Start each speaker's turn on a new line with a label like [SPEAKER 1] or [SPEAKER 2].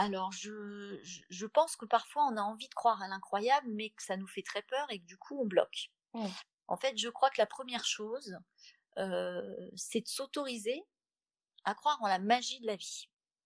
[SPEAKER 1] Alors, je, je, je pense que parfois on a envie de croire à l'incroyable, mais que ça nous fait très peur et que du coup on bloque.
[SPEAKER 2] Mmh.
[SPEAKER 1] En fait, je crois que la première chose, euh, c'est de s'autoriser à croire en la magie de la vie.